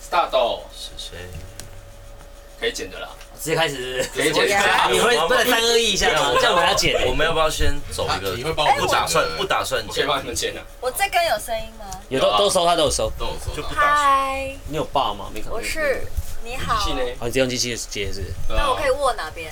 start，是谁？可以剪的啦，直接开始是不可以是。剪的啦。 你会不能三二一一下吗？这样我要剪欸。我们要不要先走一他个你？会帮我们不打算剪的，不打算我可以剪，帮你们剪的。啊我这个有声音吗？有都有啊都收，他都有收。都有说就到不打算。嗨，你有报吗？没看。我是你机好器。呢？哦，你直接用机器接是不是。对啊那我可以握哪边？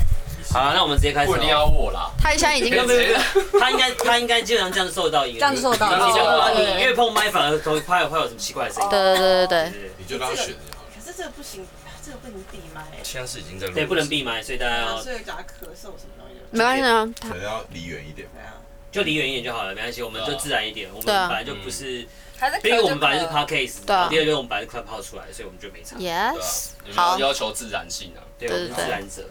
好了，那我们直接开始不哦。一定要握啦，他现在已可以经没有直接他应该他应该基本上这样受到一个。这样子受到 了你这样对你越碰麦反而会会会有什么奇怪的声音。对对对对对，对你就让他选就好了。可是这个不行，这个不能闭麦、啊现在是已经在录对，不能闭麦，所以大家要所以假如咳嗽什么东西就没关系啊，可他能要离远一点。对啊。就离远一点就好了，没关系，我们就自然一点。我们对啊本来就不是，还是可第以一个就我们本来就是可以 podcast，对啊第二个我们本来就快泡出来，所以我们就没差。对啊 yes，，你好们要求自然性啊。对，我们是对对对自然者。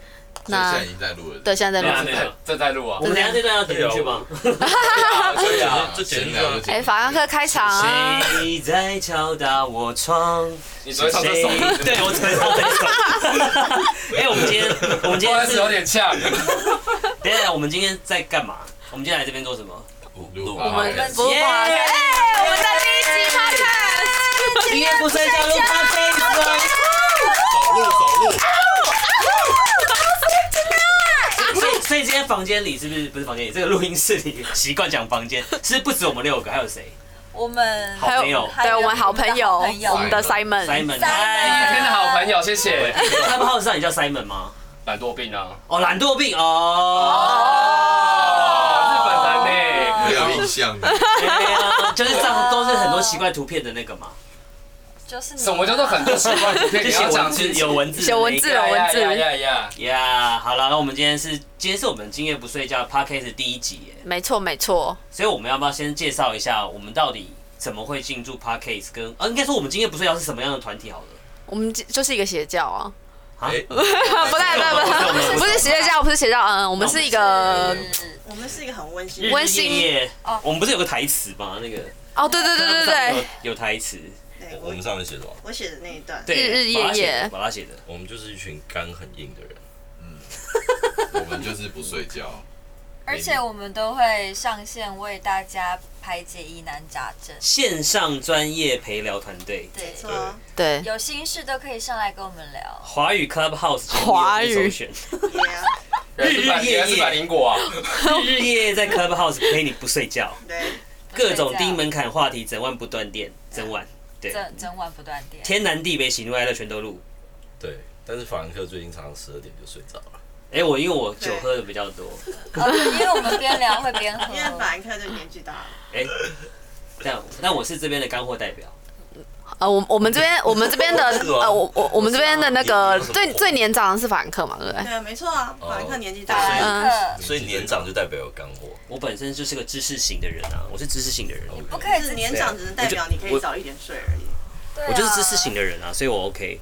所以现那在已经在录了。对，现在没在有啊录没。有啊，正在录啊我，们等一下这段要剪进去吗？对啊这，这简直现在就就剪哎，法兰克开场啊， 谁在敲打我窗？你只会唱这 首，对，我只会 唱这首。哎，我们今天，我们今 不好天意思是，有点呛。等一下，我们今天在干嘛？我们今天来这边做什么？录录吧。吧我们们不怕耶哎，我在第一期 podcast，今天不睡觉录 podcast 走路走路，所以，所以今天房间里是不是不是房间里？这个录音室里习惯讲房间，是不止我们六个，还有谁？我们好朋友对我们好朋友，还有我们的嗯 Simon， Simon， Simon 嗨天的好朋友，谢谢。 ，Simon 号上你叫 Simon 吗？懒惰病啊，哦，懒惰病哦，哦，日本人呢？没有印象的。对啊，就是这样，都是很多奇怪图片的那个嘛，就是你什么叫做 很多奇怪图片？就你写要文讲字清有楚。文字的那个，写文字有文呀字，呀呀！呀。好了，那我们今天是今天是我们今夜不睡觉 Podcast 第一集耶，没错没错，所以我们要不要先介绍一下我们到底怎么会进驻 Podcast？跟呃，应该说我们今夜不睡觉是什么样的团体好了？我们就就是一个邪教啊，哎，不对不对不对，不是邪教，不是邪教，嗯，我们是一个，是我们是一个很温馨日的日温馨夜夜哦我们不是有个台词吗？那个哦，对对对对对，，有台词，对，我我们上面写什么？我写的那一段，对，日日夜夜把它写的，我们就是一群肝很硬的人，嗯我们就是不睡觉。而且我们都会上线为大家排解疑难杂症，线上专业陪聊团队，对，是吗？对，有心事都可以上来跟我们聊。华语 Clubhouse 华语首选， 对啊，原来是百日日夜夜原来是百灵果啊！日日夜夜在 Clubhouse 陪你不睡觉，对，各种低门槛话题整晚不断电，整晚对，整整晚不断 电，天南地北喜怒哀乐全都录。对。但是法兰克最近常常十二点就睡着了，哎、我因为我酒喝的比较多，哦因为我们边聊会 边喝因。为法兰克就年纪大了，但但我是这边的干货代表，呃，我我们这边我们这边的是吗呃，我我我们这边的那个我是吗最最年长的是法兰克嘛，对不对对？啊，没错啊，法兰克年纪大法了，兰克，嗯所以年长就代表有干货。我本身就是个知识型的人啊，我是知识型的哦人，不可以是自己年长只是代表你可以早一点睡而已。对啊我就是知识型的人啊，所以我 OK。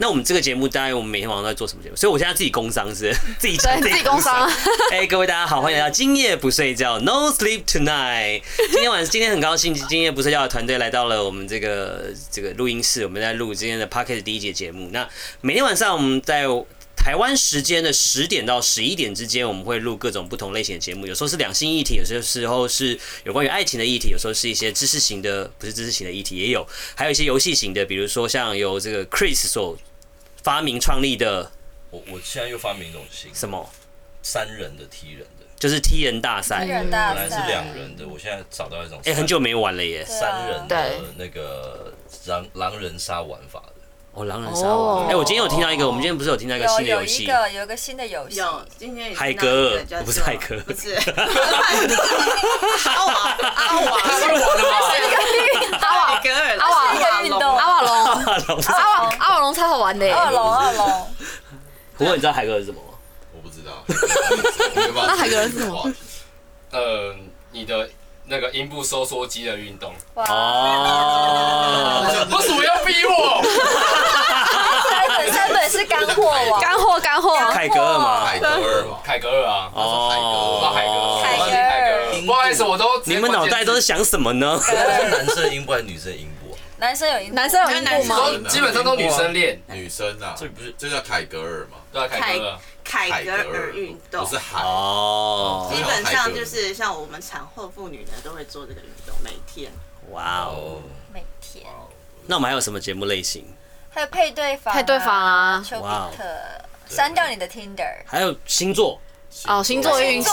那我们这个节目，大概我们每天晚上都在做什么节目？所以我现在自己工商是自己讲对自己工啊 伤。哎、各位大家好，欢迎来到今夜不睡觉，No Sleep Tonight。今天晚上，今天很高兴，今夜不睡觉的团队来到了我们这个这个录音室，我们在录今天的 p o c k e t 第一节节目。那每天晚上我们在。台湾时间的十点到十一点之间，我们会录各种不同类型的节目，有时候是两性议题，有些时候是有关于爱情的议题，有时候是一些知识型的，不是知识型的议题也有，还有一些游戏型的，比如说像由这个 Chris 所发明创立的我我现在又发明一种新什么，三人的踢人的，就是踢人大赛，一人本大来赛是两人的，我现在找到一种哎、很久没玩了耶。三人的对那个狼狼人杀玩法的。哦，狼人杀王。哎、哦我今天有听到一个，我们今天不是有听到一个有新的有游一戏？个有一个新的游戏，有，今天也海格尔听到一个叫做不是海格尔不是， 阿瓦阿瓦阿瓦海格尔，阿瓦是一个运动阿瓦隆龙阿瓦阿瓦隆超好玩的耶，二龙二龙，不过你知道海哥是什么吗？我不知 道。那还有人是什么？呃，你的那个阴部收缩肌的运动，哇，啊哦，为什么要逼我？ 这本身本是干货王， 干货干货，凯格尔嘛。海格尔嘛， 凯格尔啊，哦哦，海格尔，凯格尔尔不好意思，我都你们脑袋都是想什么呢？但是男生音波还是女生音波啊？男生有一男生有那印男度生吗？都基本上都女生练，女生啊，这不是这叫凯格尔嘛？对啊，凯格尔，凯格尔运动不是啊海，哦，基本上就是像我们产后妇女呢，都会做这个运动，每天。哇哦哦，每天，我那我们还有什么节目类型？还有配对房、配对房啊丘比哦哇特，删掉你的 Tinder，还有星座、哦，星座运势、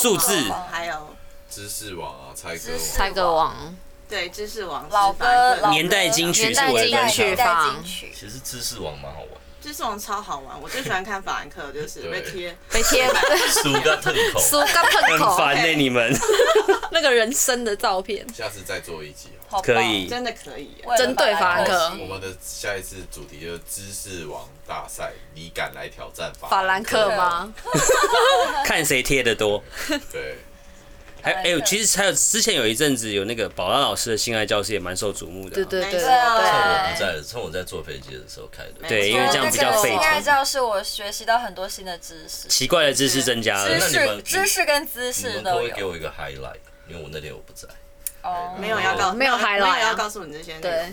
数字还有知识网啊，猜歌知识网，猜歌王，对知识网老歌、老歌年代金曲年是代我的金专曲场年。代金曲，其实知识网蛮好玩，知识网超好玩，我最喜欢看法兰克，就是被贴被贴满苏格特口，苏干喷很口烦呢、欸你 们那个人生的照片，下次再做一集啊。好棒可以真的可以耶。为了针对法兰克法我们的下一次主题就是知识网大赛，你敢来挑战法法兰克克？吗？看谁贴的多。对，还有哎、对其实还有之前有一阵子有那个宝拉老师的性爱教室也蛮受瞩目的、啊。对对对没错对，啊趁我不对在的，趁我在坐飞机的时候开的。对因为这样比较费性钱爱教室，我学习到很多新的知识，奇怪的知识增加知了。那你识、们知识跟姿你势们都都会给有。我一个嗯 highlight，因为我那天我不在。哦没有要告，没有 highlight 啊没有要告诉你这些。对，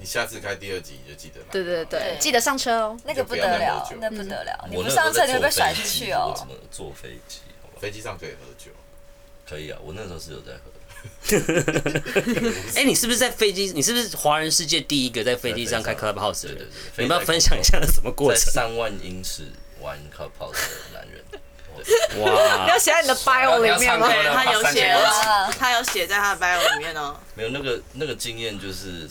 你下次开第二集你就记得来。对对对对，记得上车哦。那个不得了，那不得了，你嗯我不那时候上在车你会坐被甩飞出机去哦我。怎么坐飞机？好吧，飞机上可以喝酒，可以啊，我那时候是有在喝。哎、你是不是在飞机？你是不是华人世界第一个在飞机上开在飞机上 Clubhouse 的对对人？对你要不要分享一下什么过在程？三万英尺玩 Clubhouse 的男人，哇，写在你的 bio 要唱歌对了，他有三写千万啊哦，他有写在他的 bio 里面哦。没有那个那个经验就是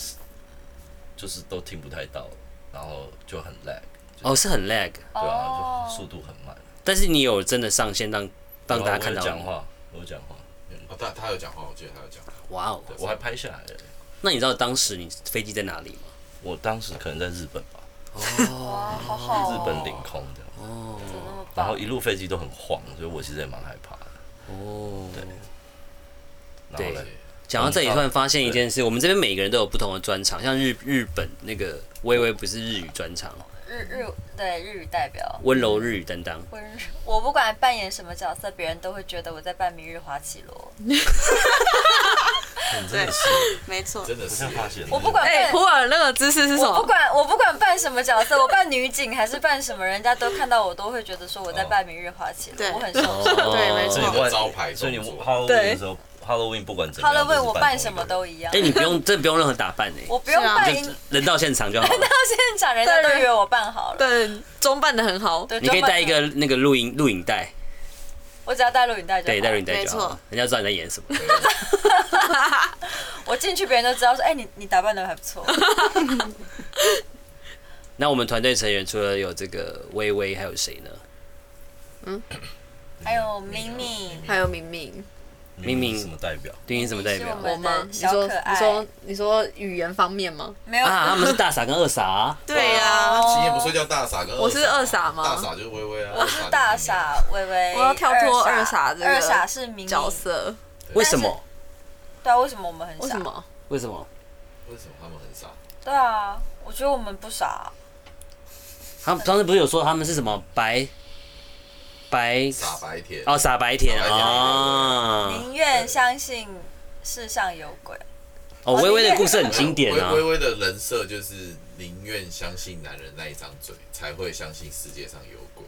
就是都听不太到，然后就很 lag， 哦，是很 lag，对啊，哦就速度很慢。但是你有真的上线让让大家然后哦我看有到讲你。话，我有讲话，嗯，哦，他他有讲话，我记得他有讲话。哇哦！对我还拍下来了。那你知道当时你飞机在哪里吗？我当时可能在日本吧，哇，好好哦，日本领空的，怎么那么然后棒？一路飞机都很晃，所以我其实也蛮害怕的。哦，对然对后呢，讲到这里，突然发现一件事，我们这边每个人都有不同的专场，像日日本那个微微不是日语专场，哦日日对日语代表。温柔日语担当。温柔我不管扮演什么角色，别人都会觉得我在扮明日花绮罗。嗯你真的是，没错，真的我是现在发现，我不管哎，扮，普洱那个姿势是什我不么？管我不管扮什么角色，我扮女警还是扮什么，人家都看到我都会觉得说我在扮明日花绮罗，对我很受伤。对没所错以你我万招牌所以你动作 Halloween 对的时候，Halloween 不管怎么样 Halloween 都是我扮什么同一个人都一样哎，，你不用，这不用任何打扮哎，我不用是啊扮就音，人到现场就好了。到 现场人家都以为我扮好了。对，装扮的很好。对，你可以专门带一个那个录音录影带，我只要带录影带就好。对，带录影带就好没了，人家知道你在演什么。我进去别人都知道说，哎、你你打扮的还不错。那我们团队成员除了有这个微微，还有谁呢？还有明明，还有明明，明嗯明什么代表？丁丁什么代是表我？我们吗的？你小说可你爱，说你说语言方面吗？没有啊，他们是大傻跟二傻 啊、对呀，今天不是叫大傻跟二傻我是二傻吗大傻就是微微啊，我是大傻微微，我要跳脱二二傻这个二傻是明明角。色为什么？对啊，为什么我们很傻？为什？么？为什么？就是明明。为什么他们很傻？对啊，我觉得我们不啊傻，他们当时不是有说他们是什么白白傻白甜。哦傻白甜傻白甜啊？宁愿相信世上有鬼。哦，微微的故事很经典啊微。微微的人设就是宁愿相信男人那一张嘴，才会相信世界上有鬼。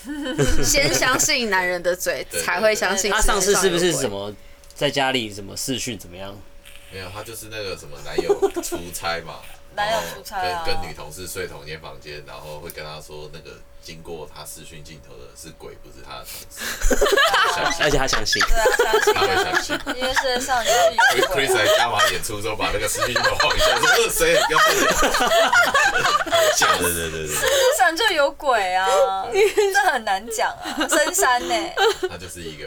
先相信男人的嘴，对才会相信。他上次是不是什么？么在家里什么视讯怎么 样？没有，他就是那个什么男友出差嘛，男友然后出差啊跟跟女同事睡同间房间，然后会跟他说那个经过他视讯镜头的是鬼，不是他的同事，而且他相信。对啊，相信他会啊，相信。因为世界上就是有 Chris 鬼。在加码演出的时候，把那个视讯镜头晃一下，说：“呃，谁要不要？”吓对死！对对对，世上就有鬼啊，这很难讲啊。深山呢、他就是一个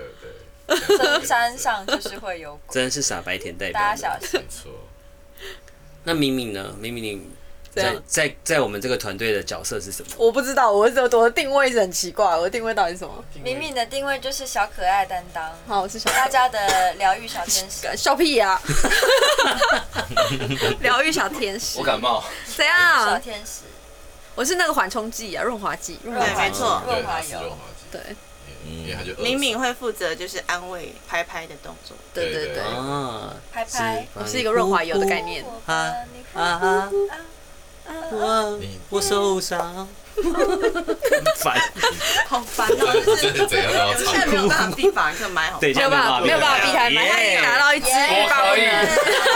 对，深山上就是会有 鬼，真的是傻白甜代大家表小的。心。没错，那敏敏呢？敏敏你怎在样在在我们这个团队的角色是什么？我不知道，我我的定位是很奇怪，我的定位到底是什么？敏敏的定位就是小可爱担当，好，我是小大家的疗愈小天 使。笑屁呀、疗愈小天使我，感冒，怎小样？天使，我是那个缓冲剂啊，润滑剂，润滑对，没剂。错。对，润他滑是润油。滑剂，对因为他就敏敏会负责就是安慰拍拍的动作，对对对，啊，拍拍是我是一个润滑油的概念。啊啊啊啊！我我受伤，很烦。好烦哦，就真是的怎样都要我们唱现。在没有办法逼法兰克买好，对，没有办法，没有办法逼他买，他已经拿到一支我一包可以，了，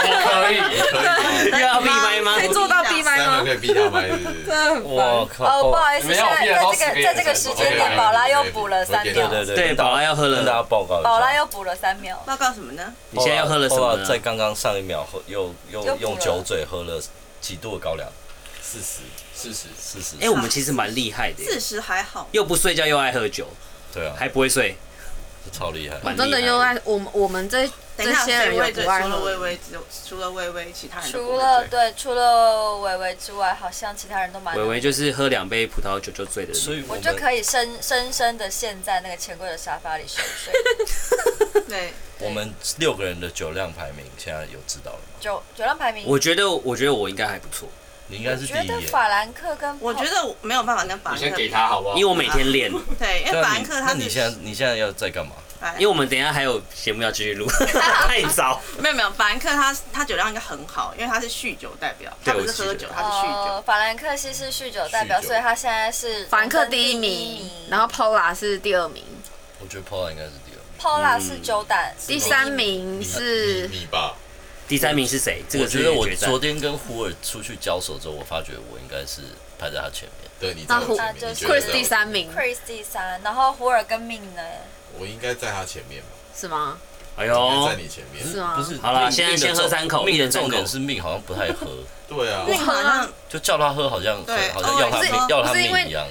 我可以，可以吗？又要闭麦吗可？以做到逼麦三吗门？可以逼他麦，是不是？我哦，不好意你思，们现要在我变成在20这个在这个个时人间点，吗宝拉又补了三对对秒，对对，对跟大家宝拉要喝了跟大啊家报告一下。宝拉又补了三秒，报告什么呢？你现在又喝了什后么来在呢？刚刚上一秒喝，又又又补了用酒嘴喝了几度的高粱，四十，事实。四十。哎，我们其实蛮厉害的耶，四十还好，又不睡觉，又爱喝酒，对啊，还不会睡，超厉害。蛮厉害真的又爱我们我们这等这一下些人谁有畏罪？不除爱了喝微微，只有除了微微，其他人都不除畏了罪对除了伟伟之外，好像其他人都蛮伟伟就是喝两杯葡萄酒就醉的人。所以我我们就可以深深深的陷在那个钱柜的沙发里睡一 睡，对，我们六个人的酒量排名现在有知道了吗？酒酒量排名，我觉得，我觉得我应该还不错，你应该是我第觉得一耶。法兰克跟我觉得我没有办法跟法你兰先克给比，他好不好？因为我每天 练，对，因为对法啊兰你克他那是哎你现在你现在要在干嘛？因为我们等一下还有节目要继续 录，太早。没有没有，法兰克他他酒量应该很好，因为他是酗酒代表，对他不我是记喝得酒，他是酆呃哦酒。法兰克西是酗酒代表，酗酒所以他现在是法兰克荣登第一名，然后 Pola 是第二名，我觉得 Paula 应该是第二。 Pola 是酒胆，第三名是你吧，第三名是谁？这个我觉是得我决赛昨天跟胡尔出去交手之后，我发觉我应该是排在他前面。对你在那我前那面，就你是觉得 Chris 第三名 Chris 第三，然后胡尔跟命呢？我应该在他前面吧？是吗？哎应该呦在，你前面是，吗？不是，好啦命现在命的先喝重三口命一人的三重点口是命好像不太喝，对啊，命好像就叫他喝好像对好像要他哦命是要他不是因为命一样，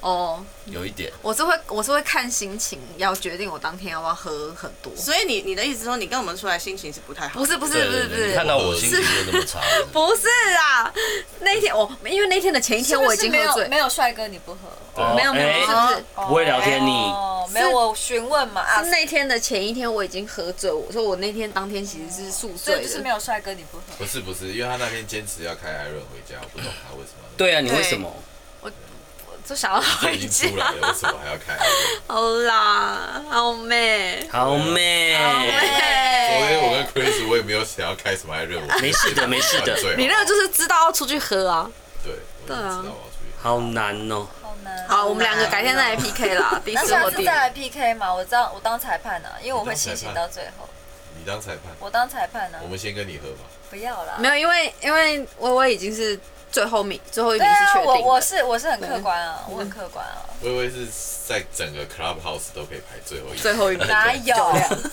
哦，有一点。我是会我是会看心情，要决定我当天要不要喝很多。所以你你的意思说你跟我们出来心情是不太好？不是不是对不是对不对，你是看到我心情就那么差。不是啊，那一天我因为那天的前一天我已经是不是喝没有醉没，有帅哥你不喝，有没有没有哎是不是？哦不会聊天你哦没有是我询问嘛啊，是那天的前一天我已经喝醉，我说我那天当天其实是宿所醉以就是没的，有帅哥你不喝。不是不是，因为他那天坚持要开艾润回家，我不懂他为什么。对啊，你为什么？就想要都回已经家出。来了，为什么还要开 艾润？好啦，好妹，好妹，哎昨天我跟 Chris 我也没有想要开什么艾润，我没事的没事的 对你那个就是知道要出去喝啊。对，我就知道我要出去。好难哦。好难。好，我们两个改天再来 PK 啦，第那四下或次第再五。来 PK 嘛，我当我当裁判呢，因为我会清醒到最后。你当裁判，我当裁判呢我，们先跟你喝吧。不要啦。没有，因为因为微微已经是最后名，最后一对名是啊，确定我的。我是我是很客观啊，我很客观啊，微微是在整个 Clubhouse 都可以排最后一，最后一名，哪有？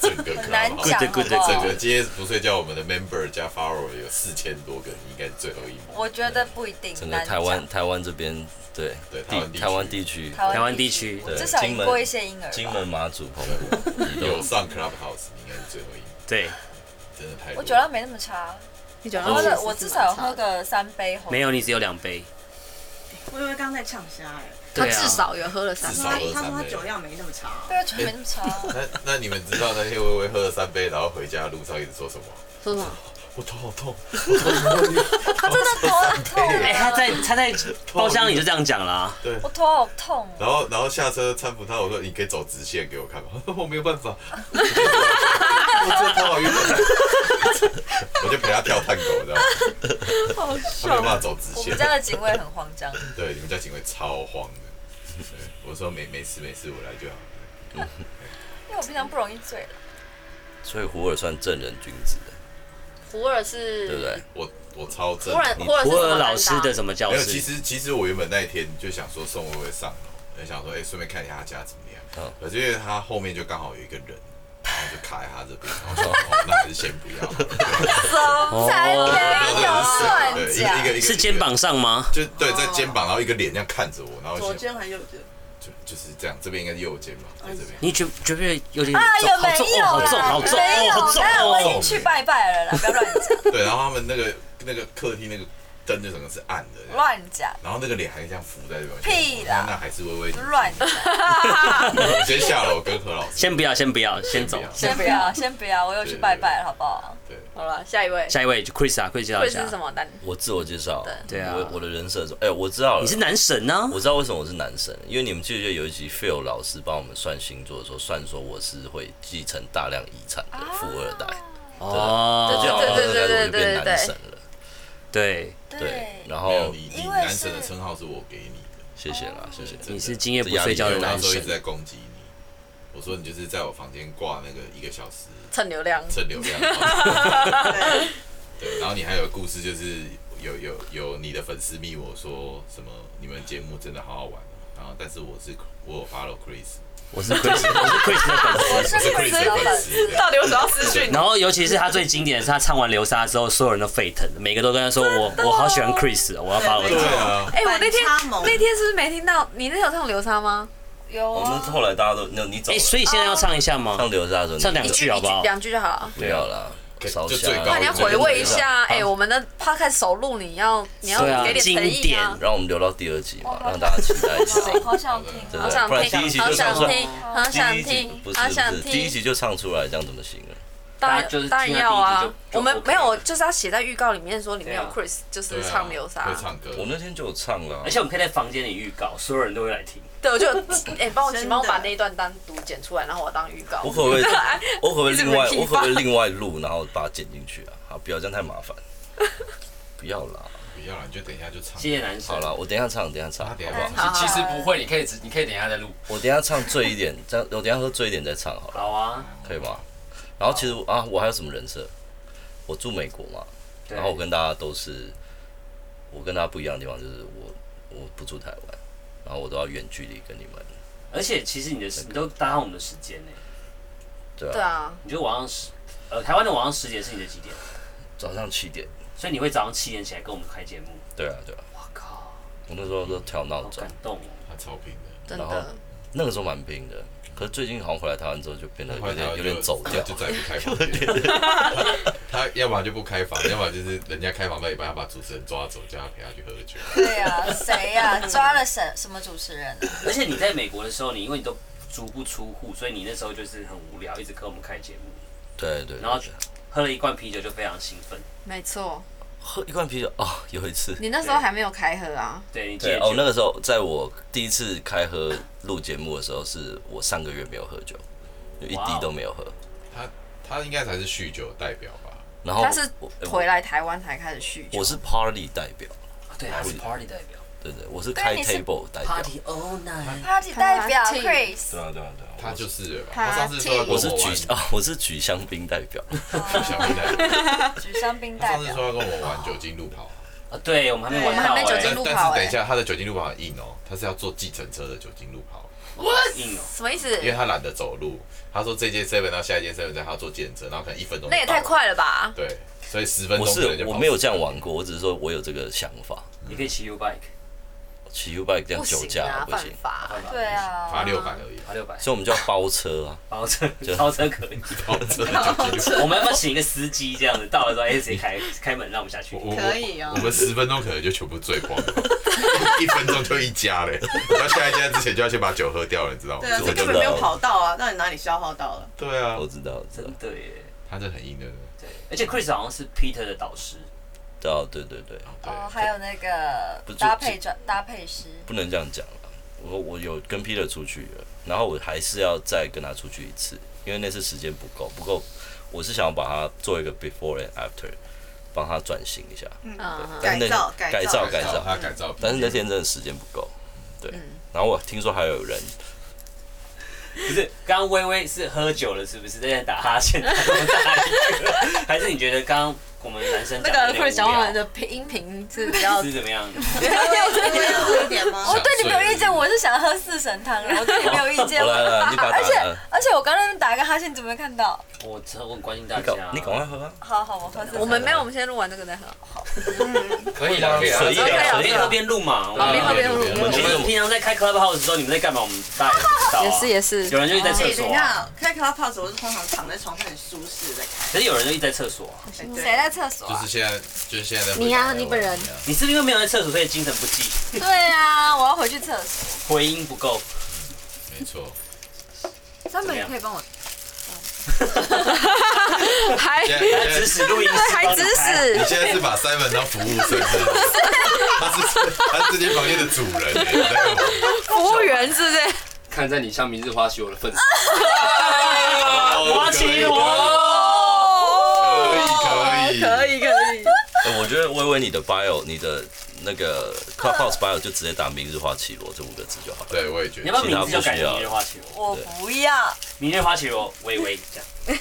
整个很难 Clubhouse 讲好 Good, good, 不好 good, 整个今天不睡觉，我们的 member 加 follower 有四千多个，应该是最后一名。我觉得不一定。整个难台讲。湾台湾这边对对台湾地地台湾地区区台台湾湾地地区我对至少金赢门过一些婴儿吧。金门马祖澎湖对有上 Clubhouse，你应该是最后一名，对，真的太弱我酒量没那么差，你觉得我的我至少有喝个三杯红。没有你只有两杯。微微刚刚在呛虾哎，他对啊，至少有喝了三至少他杯。喝他说三他杯酒量没那么差，对啊，酒没那么差。那那你们知道那天微微喝了三杯，然后回家路上一直说什么？说什么？我头好痛，他真的头很痛哎，他啊，在他在包厢里就这样讲啦。对我。头好痛哦。然后然后下车搀扶他，我说你可以走直线给我看吗？ 我没有办法， 我真的头好晕， 我就陪他跳探狗，你知道吗？好他没有办法走直我线们。家的警卫很慌张，对，你们家警卫超慌的。对，我说没没事没事，我来就好。因为我平常不容易醉了。所以胡尔算正人君子的，胡尔对不是，对？我我超正胡。尔你胡尔是博什么尔老师的担什么教没有，其室？实其实我原本那一天就想说送微微上楼，也想说哎顺、便看一下他家怎么样嗯。可是因为他后面就刚好有一个人，然后就卡在他这边，然后说哦那还是先不要。 哎才没有算对，一个一假。个一个哦是肩膀，上吗？就对，哦在肩膀，然后一个脸这样看着我，然后左就肩还右肩，就就是这样，这边应该是右肩吧，在这边。你觉觉不觉得有点啊，重？有没好重有哦，好重，啦？好重没哦，有好重那我已哦。经去拜拜了啦，不要乱 讲，对，然后他们那个那个客厅那个灯就整个是暗的，这样乱讲，然后那个脸还这样浮在这边。屁啦哦那还是微微。 乱讲。我先下楼跟何老师。先不要，先不要，先走先。先不不要，先不要，我有去拜拜了，好不好？对，好了，下一位，下一位就 Chris 啊，Chris 介绍会一下是。什么单？我自我介绍，对啊我我的人设是，哎，我知道了，你是男神呢我？知道为什么我是男生，因为你们记不记得有一集 Phil 老师帮我们算星座的时候，算说我是会继承大量遗产的富二代，哦，就好像啊对对那对个我对就对变对男神了。对，对对，，然没有后你，你因为男神的是称号是我给你的。谢谢啦，谢谢。真的你是今夜不睡因觉为的我那男时候一直在神，攻击你，我说你就是在我房间挂那个一个小时蹭流量，蹭流量，然后对，哎对，然后你还有个故事就是有有有你的粉丝密我说什么你们节目真的好好玩，哦然后但是我是我有 follow Chris，我是 Chris，我是 Chris 的粉丝。 我是我是 Chris 的粉丝，啊到底为什么要私讯？然后，尤其是他最经典的是，他唱完《流沙》之后，所有人都沸腾，每个都跟他说：“我我好喜欢 Chris，哦我要把我对啊，哎、我那天反差萌那天是不是没听到？你那天有唱流沙吗？有我们啊，后来大家都，那你走哎，了，哦所以现在要唱一下吗？唱流沙的时候，唱两一个句去好一不句好？两句就好。不要啦，可烧就最香高那啊，你要最回味一下，好哎、我们的 podcast 首录，你要你要对啊给点诚经意典啊！让我们留到第二集嘛，哇让大家期待一下。好想听对好啊，想不然听第一集，就好想唱出来听，好想第一集听不，是好不想是，第一听。集就唱出来，这样怎么行啊？当大家就是然当然听了要第一啊集！就我们就 OK 没了有，我就是要写在预告里面说里面有对啊 Chris，就是唱流沙会。唱歌，我那天就有唱了啊而，且我们可以在房间里预告，所有人都会来听。对，我就哎， 帮我真请的帮我把那一段单独剪出来，然后我当预告我。可 不可以，我可不可以另外，一直我 repeat 可不可以另外录，然后把它剪进去啊？好，不要这样太麻 烦，不要啦。不要了，你就等一下就唱，谢谢男神。好啦，，我等一下唱，等一下唱，啊好等一下不好？好其实不会，你可以只你可以等一下再录。我等一下唱醉一点，这样我等一下喝醉一点再唱好了，好啊。可以吗？然后其实啊，我还有什么人设？我住美国嘛，对然后我跟大家都是，我跟大家不一样的地方就是我我不住台湾，然后我都要远距离跟你们，而且其实你的时你都搭上我们的时间呢，对对啊，啊，你就晚上十，呃，台湾的晚上十点是你的几点？早上七点，所以你会早上七点起来跟我们开节目。对啊对啊，我靠，我那时候都调闹好钟感，动哦。他超平的，真然后的。那个时候蛮拼的，可是最近好像回来台湾之后就变得有点有点走掉，就再也不 开房间，他要么就不开房，要么就是人家开房到一半要把主持人抓走，叫他陪他去喝酒。对啊，谁呀？抓了什什么主持人啊？而且你在美国的时候，你因为你都足不出户，所以你那时候就是很无聊，一直跟我们开节目，对对，对然后喝了一罐啤酒就非常兴奋。没错，喝一罐啤酒哦，有一次你那时候还没有开喝啊，对你记对得哦，那就个时候在我第一次开喝录节目的时候，是我上个月没有喝酒，就一哇哦滴都没有喝。他他应该才是酗酒代表吧？然后他是哦我呃回来台湾才开始酗酒。我是 party 代表，对，他是 party 代表对对，我是对开你是 table 代表， ，party all night。 Party 代表 Party Chris，啊对啊对啊他就是了吧？他他上次说要跟我是玩举啊，我是举香槟代 表，举香槟代表，纸香槟他代上次表。说要跟我玩酒精路跑，啊，对，我们还没玩对到我们还没哎酒精但路跑但是欸等一下，他的酒精路跑很硬哦，他是要坐计程车的酒精路跑，硬哦。什么意思？因为他懒得走路。他说这间 seven 到下一间 seven 再他坐计程车，然后可能一分钟就到了那也太，快了吧！对，所以十分我钟可能是就跑我没有这样玩过，我只是说我有这个想法，你可以骑 U bike，骑 U bike 这样不酒行驾啊，不犯行，法。快吧？对，罚啊，六百而已， 跑六百，所以我们就要包车啊，包 车包车可以。跑车的酒精路跑。我们要不要请一个司机这样子？到了之后， 哎，谁开开门让我们下去我？我可以哦我们十分钟可能就全部醉光了，一分钟就一家嘞。到下一家之前就要先把酒喝掉了，你知道吗对啊，？这我根知本没有道，跑到啊，到底哪里消耗到了？对啊我，知道，我知道真，的耶，他是很硬的人。对。而且 Chris 好像是 Peter 的导师，对啊对对对，对哦，还有那个不就搭配转搭配师，不能这样讲了。我我有跟 Peter 出去了，然后我还是要再跟他出去一次，因为那次时间不够，不够。我是想要把它做一个 before and after，帮他转型一下，嗯，改造改改造造改造。他改造，但是那天真的时间不够，对。然后我听说还有人，不是？刚刚微微是喝酒了，是不是？在那打哈 欠，还是你觉得刚刚我们男生那讲个的会有讲我们点的音频是比较 无聊是怎么样？有一点吗？我哦对你没有意见，我是想喝四神汤啊，我对你没有意见。好来来来，你把它而且打了，而且我刚刚那边打一个哈欠，你怎么没看到？我真的我很关心大你赶家。你赶快喝啊！好好，我喝四神汤。我们没有，我们先录完这个再喝。可以啦，可以啦。随意啊我边喝边录嘛。我好边喝边录对对对我们其实我们平常在开 Clubhouse 的时候，你们在干嘛？我们大家也不知道啊。也是也是有，人就一直在厕哎等所一啊，下，开 Clubhouse 我是通常躺在床上很舒适的开。可是有人就一直在厕所啊。哎谁？在厕所就啊是？现在，就是现在的你啊你本人你是不是因为没有在厕所，所以精神不济，对啊，我要回去厕所。回音不够？没错。三么本，样你可以帮我。对还 现在现他在指使录音师，还指你使，现在是把 Simon 当服务生是不是？他是他是这间房间的主人欸耶，你在干嘛服务员是不是？看在你像明日花许我的份上，啊我要请我。哦可以可以可以可以，欸我觉得微微你的 bio，你的那个 Clubhouse bio 就直接打“明日花绮罗”这五个字就好了。对，我也觉你得要。不要名字就改成明日花绮罗？我不要，明日花绮罗，微微这样。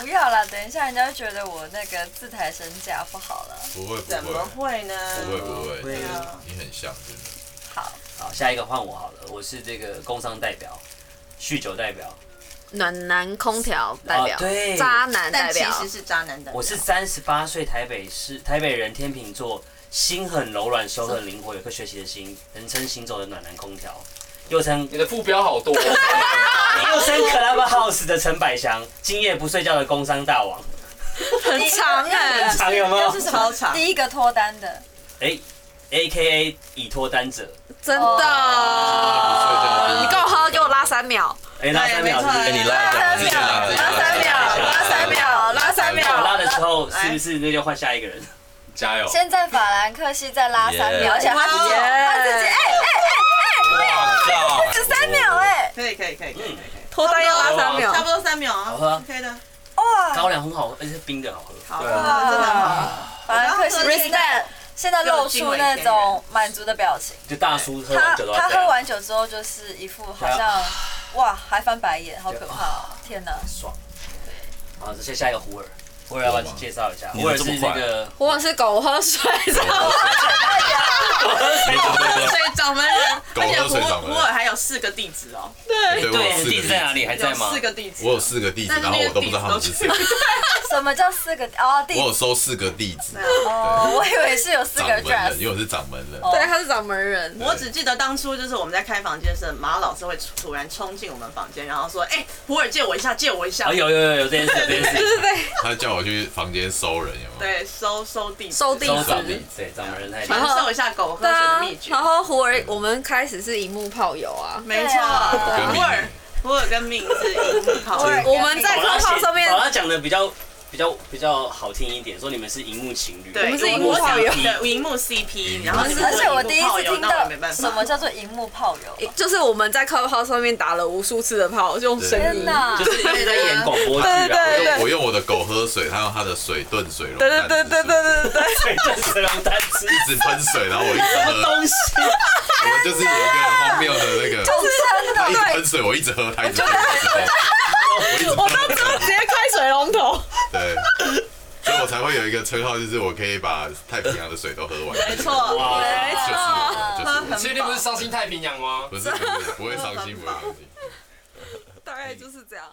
不要啦！等一下人家会觉得我那个自抬身价不好了。不会不怎会么会呢？不会不会，会啊你很像真的。好，好，下一个换我好了，我是这个工商代表，酗酒代表，暖男空调代表，啊对渣男代但其表，实是渣男的。我是三十八岁台北市台北人，天秤座，心很柔软，手很灵活，有颗学习的心，人称行走的暖男空调，又称你的副标好多哦， 又称 Clubhouse 的陈百祥，今夜不睡觉的工商大王，很长哎、常有没有 哎这是什么长？第一个脱单的， ？A K A 已脱单者，真哦的，你够喝，给我拉三秒，哎、拉三秒是不对哎，是？你拉一下，三你自己拉秒自己拉三拉三秒，秒拉三秒，我拉的时候是不是那就换下一个 人？加油！现在法兰克西在拉三 Yeah 秒，而且他自己哦他自己哎哇靠哎三秒哎，可以可以可以可以可以，脱单要拉三秒差，不多三秒啊，好喝 OK 的，哇，高粱很好喝，而且是冰的好喝。好喝，对啊真的好。法兰克西现在 Respect 现在露出那种满足的表情。就大叔喝他完酒都要他这样喝完酒之后就是一副好对像哇还翻白眼，好可怕哦！天哪，爽。好，接下一个胡尔，胡尔要不要介绍一下？你胡尔们这是么那个我往是狗喝水，知道吗？水掌门人，狗而且喝水掌胡门人胡尔还有四个弟子哦，对，我有哎对四地个址在哪里？还在有吗四？个弟子，我有四个弟子，但是然后我都不知道他们是谁那。个弟子什么叫四个哦？弟我有收四个弟子，哦，我以为是有四掌个门 dress 人，因为我是掌门人。对，他是掌门人，我只记得当初就是我们在开房间的时候，马老师会突然冲进我们房间，然后说：“哎，胡尔借我一下，借我一下啊，。有有有有这件事，有这件事。他叫我去房间收人，有”没有？对，收收弟子，收弟收子。掌门，对，掌门人太厉害传了。授一下狗喝对水的啊秘，诀然。后胡儿，我们开始是荧幕炮友啊，没对错，啊跟胡尔命胡尔跟命是荧幕炮胡尔友，我们在宝拉 c 写炮上面宝拉讲的比较比较比较好听一点，说你们是荧幕情侣，对，我们是荧荧幕幕炮友 CP 对，荧幕 CP，然后你们而是且我荧幕第一炮次友听那我到也没办法，什么叫做荧幕炮友，就是我们在 Clubhouse 上面打了无数次的炮，就用声天音。哪！就是一直在演广播剧啊。对对对我用我的狗喝水，他用他的水炖水龙对对蛋，对对对对对对，对， 就是这种单词。一直喷水，然后我一直喝，东西，我们就是有一个很荒谬的那个，真他一直的，喷水，我一直喝，他一直喝，我一直喝我一直我喝，当时候直接开水龙头，对，所以我才会有一个称号，就是我可以把太平洋的水都喝完，没错，哇就是我，就是我，确定不是伤心太平洋吗？不是不是不会伤心，不会伤心。大概就是这样。